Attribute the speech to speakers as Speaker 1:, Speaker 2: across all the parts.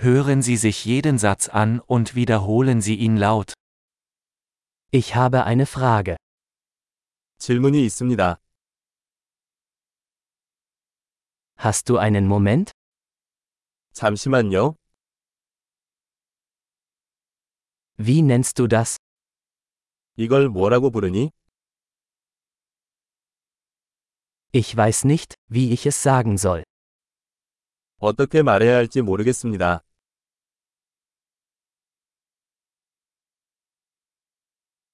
Speaker 1: Hören Sie sich jeden Satz an und wiederholen Sie ihn laut.
Speaker 2: Ich habe eine Frage.
Speaker 3: 질문이 있습니다.
Speaker 2: Hast du einen Moment?
Speaker 3: 잠시만요.
Speaker 2: Wie nennst du das?
Speaker 3: 이걸 뭐라고 부르니?
Speaker 2: Ich weiß nicht, wie ich es sagen soll.
Speaker 3: 어떻게 말해야 할지 모르겠습니다.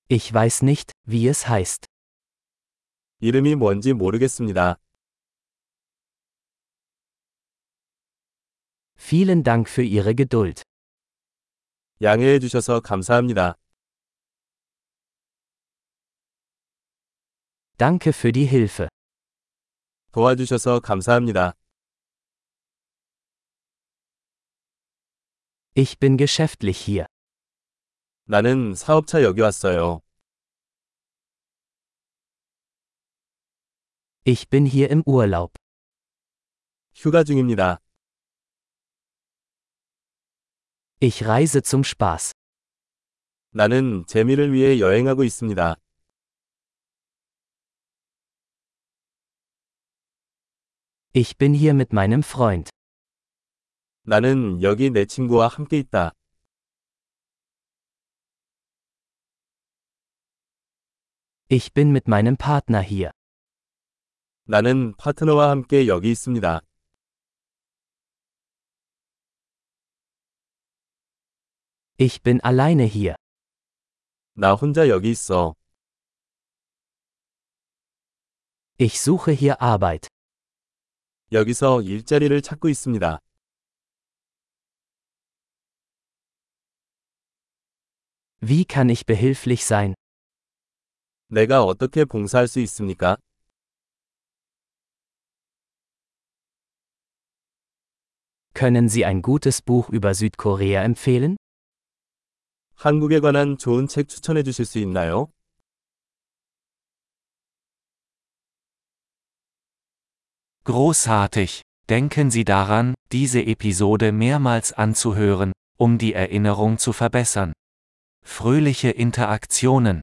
Speaker 2: Ich weiß nicht, wie es heißt.
Speaker 3: 이름이 뭔지 모르겠습니다.
Speaker 2: Vielen Dank für Ihre Geduld.
Speaker 3: 양해해 주셔서 감사합니다.
Speaker 2: Danke für die Hilfe.
Speaker 3: 도와주셔서 감사합니다.
Speaker 2: Ich bin geschäftlich hier.
Speaker 3: 나는 사업차 여기 왔어요.
Speaker 2: Ich bin hier im Urlaub.
Speaker 3: 휴가 중입니다.
Speaker 2: Ich reise zum Spaß.
Speaker 3: 나는 재미를 위해 여행하고 있습니다.
Speaker 2: Ich bin hier mit meinem Freund.
Speaker 3: 나는 여기 내 친구와 함께 있다.
Speaker 2: Ich bin mit meinem Partner hier.
Speaker 3: 나는 파트너와 함께 여기 있습니다.
Speaker 2: Ich bin alleine hier.
Speaker 3: 나 혼자 여기 있어.
Speaker 2: Ich suche hier Arbeit.
Speaker 3: 여기서 일자리를 찾고 있습니다.
Speaker 2: Wie kann ich behilflich sein?
Speaker 3: 내가 어떻게 봉사할 수 있습니까?
Speaker 2: Können Sie ein gutes Buch über Südkorea empfehlen?
Speaker 3: 한국에 관한 좋은 책 추천해 주실 수 있나요?
Speaker 1: Großartig! Denken Sie daran, diese Episode mehrmals anzuhören, um die Erinnerung zu verbessern. Fröhliche Interaktionen!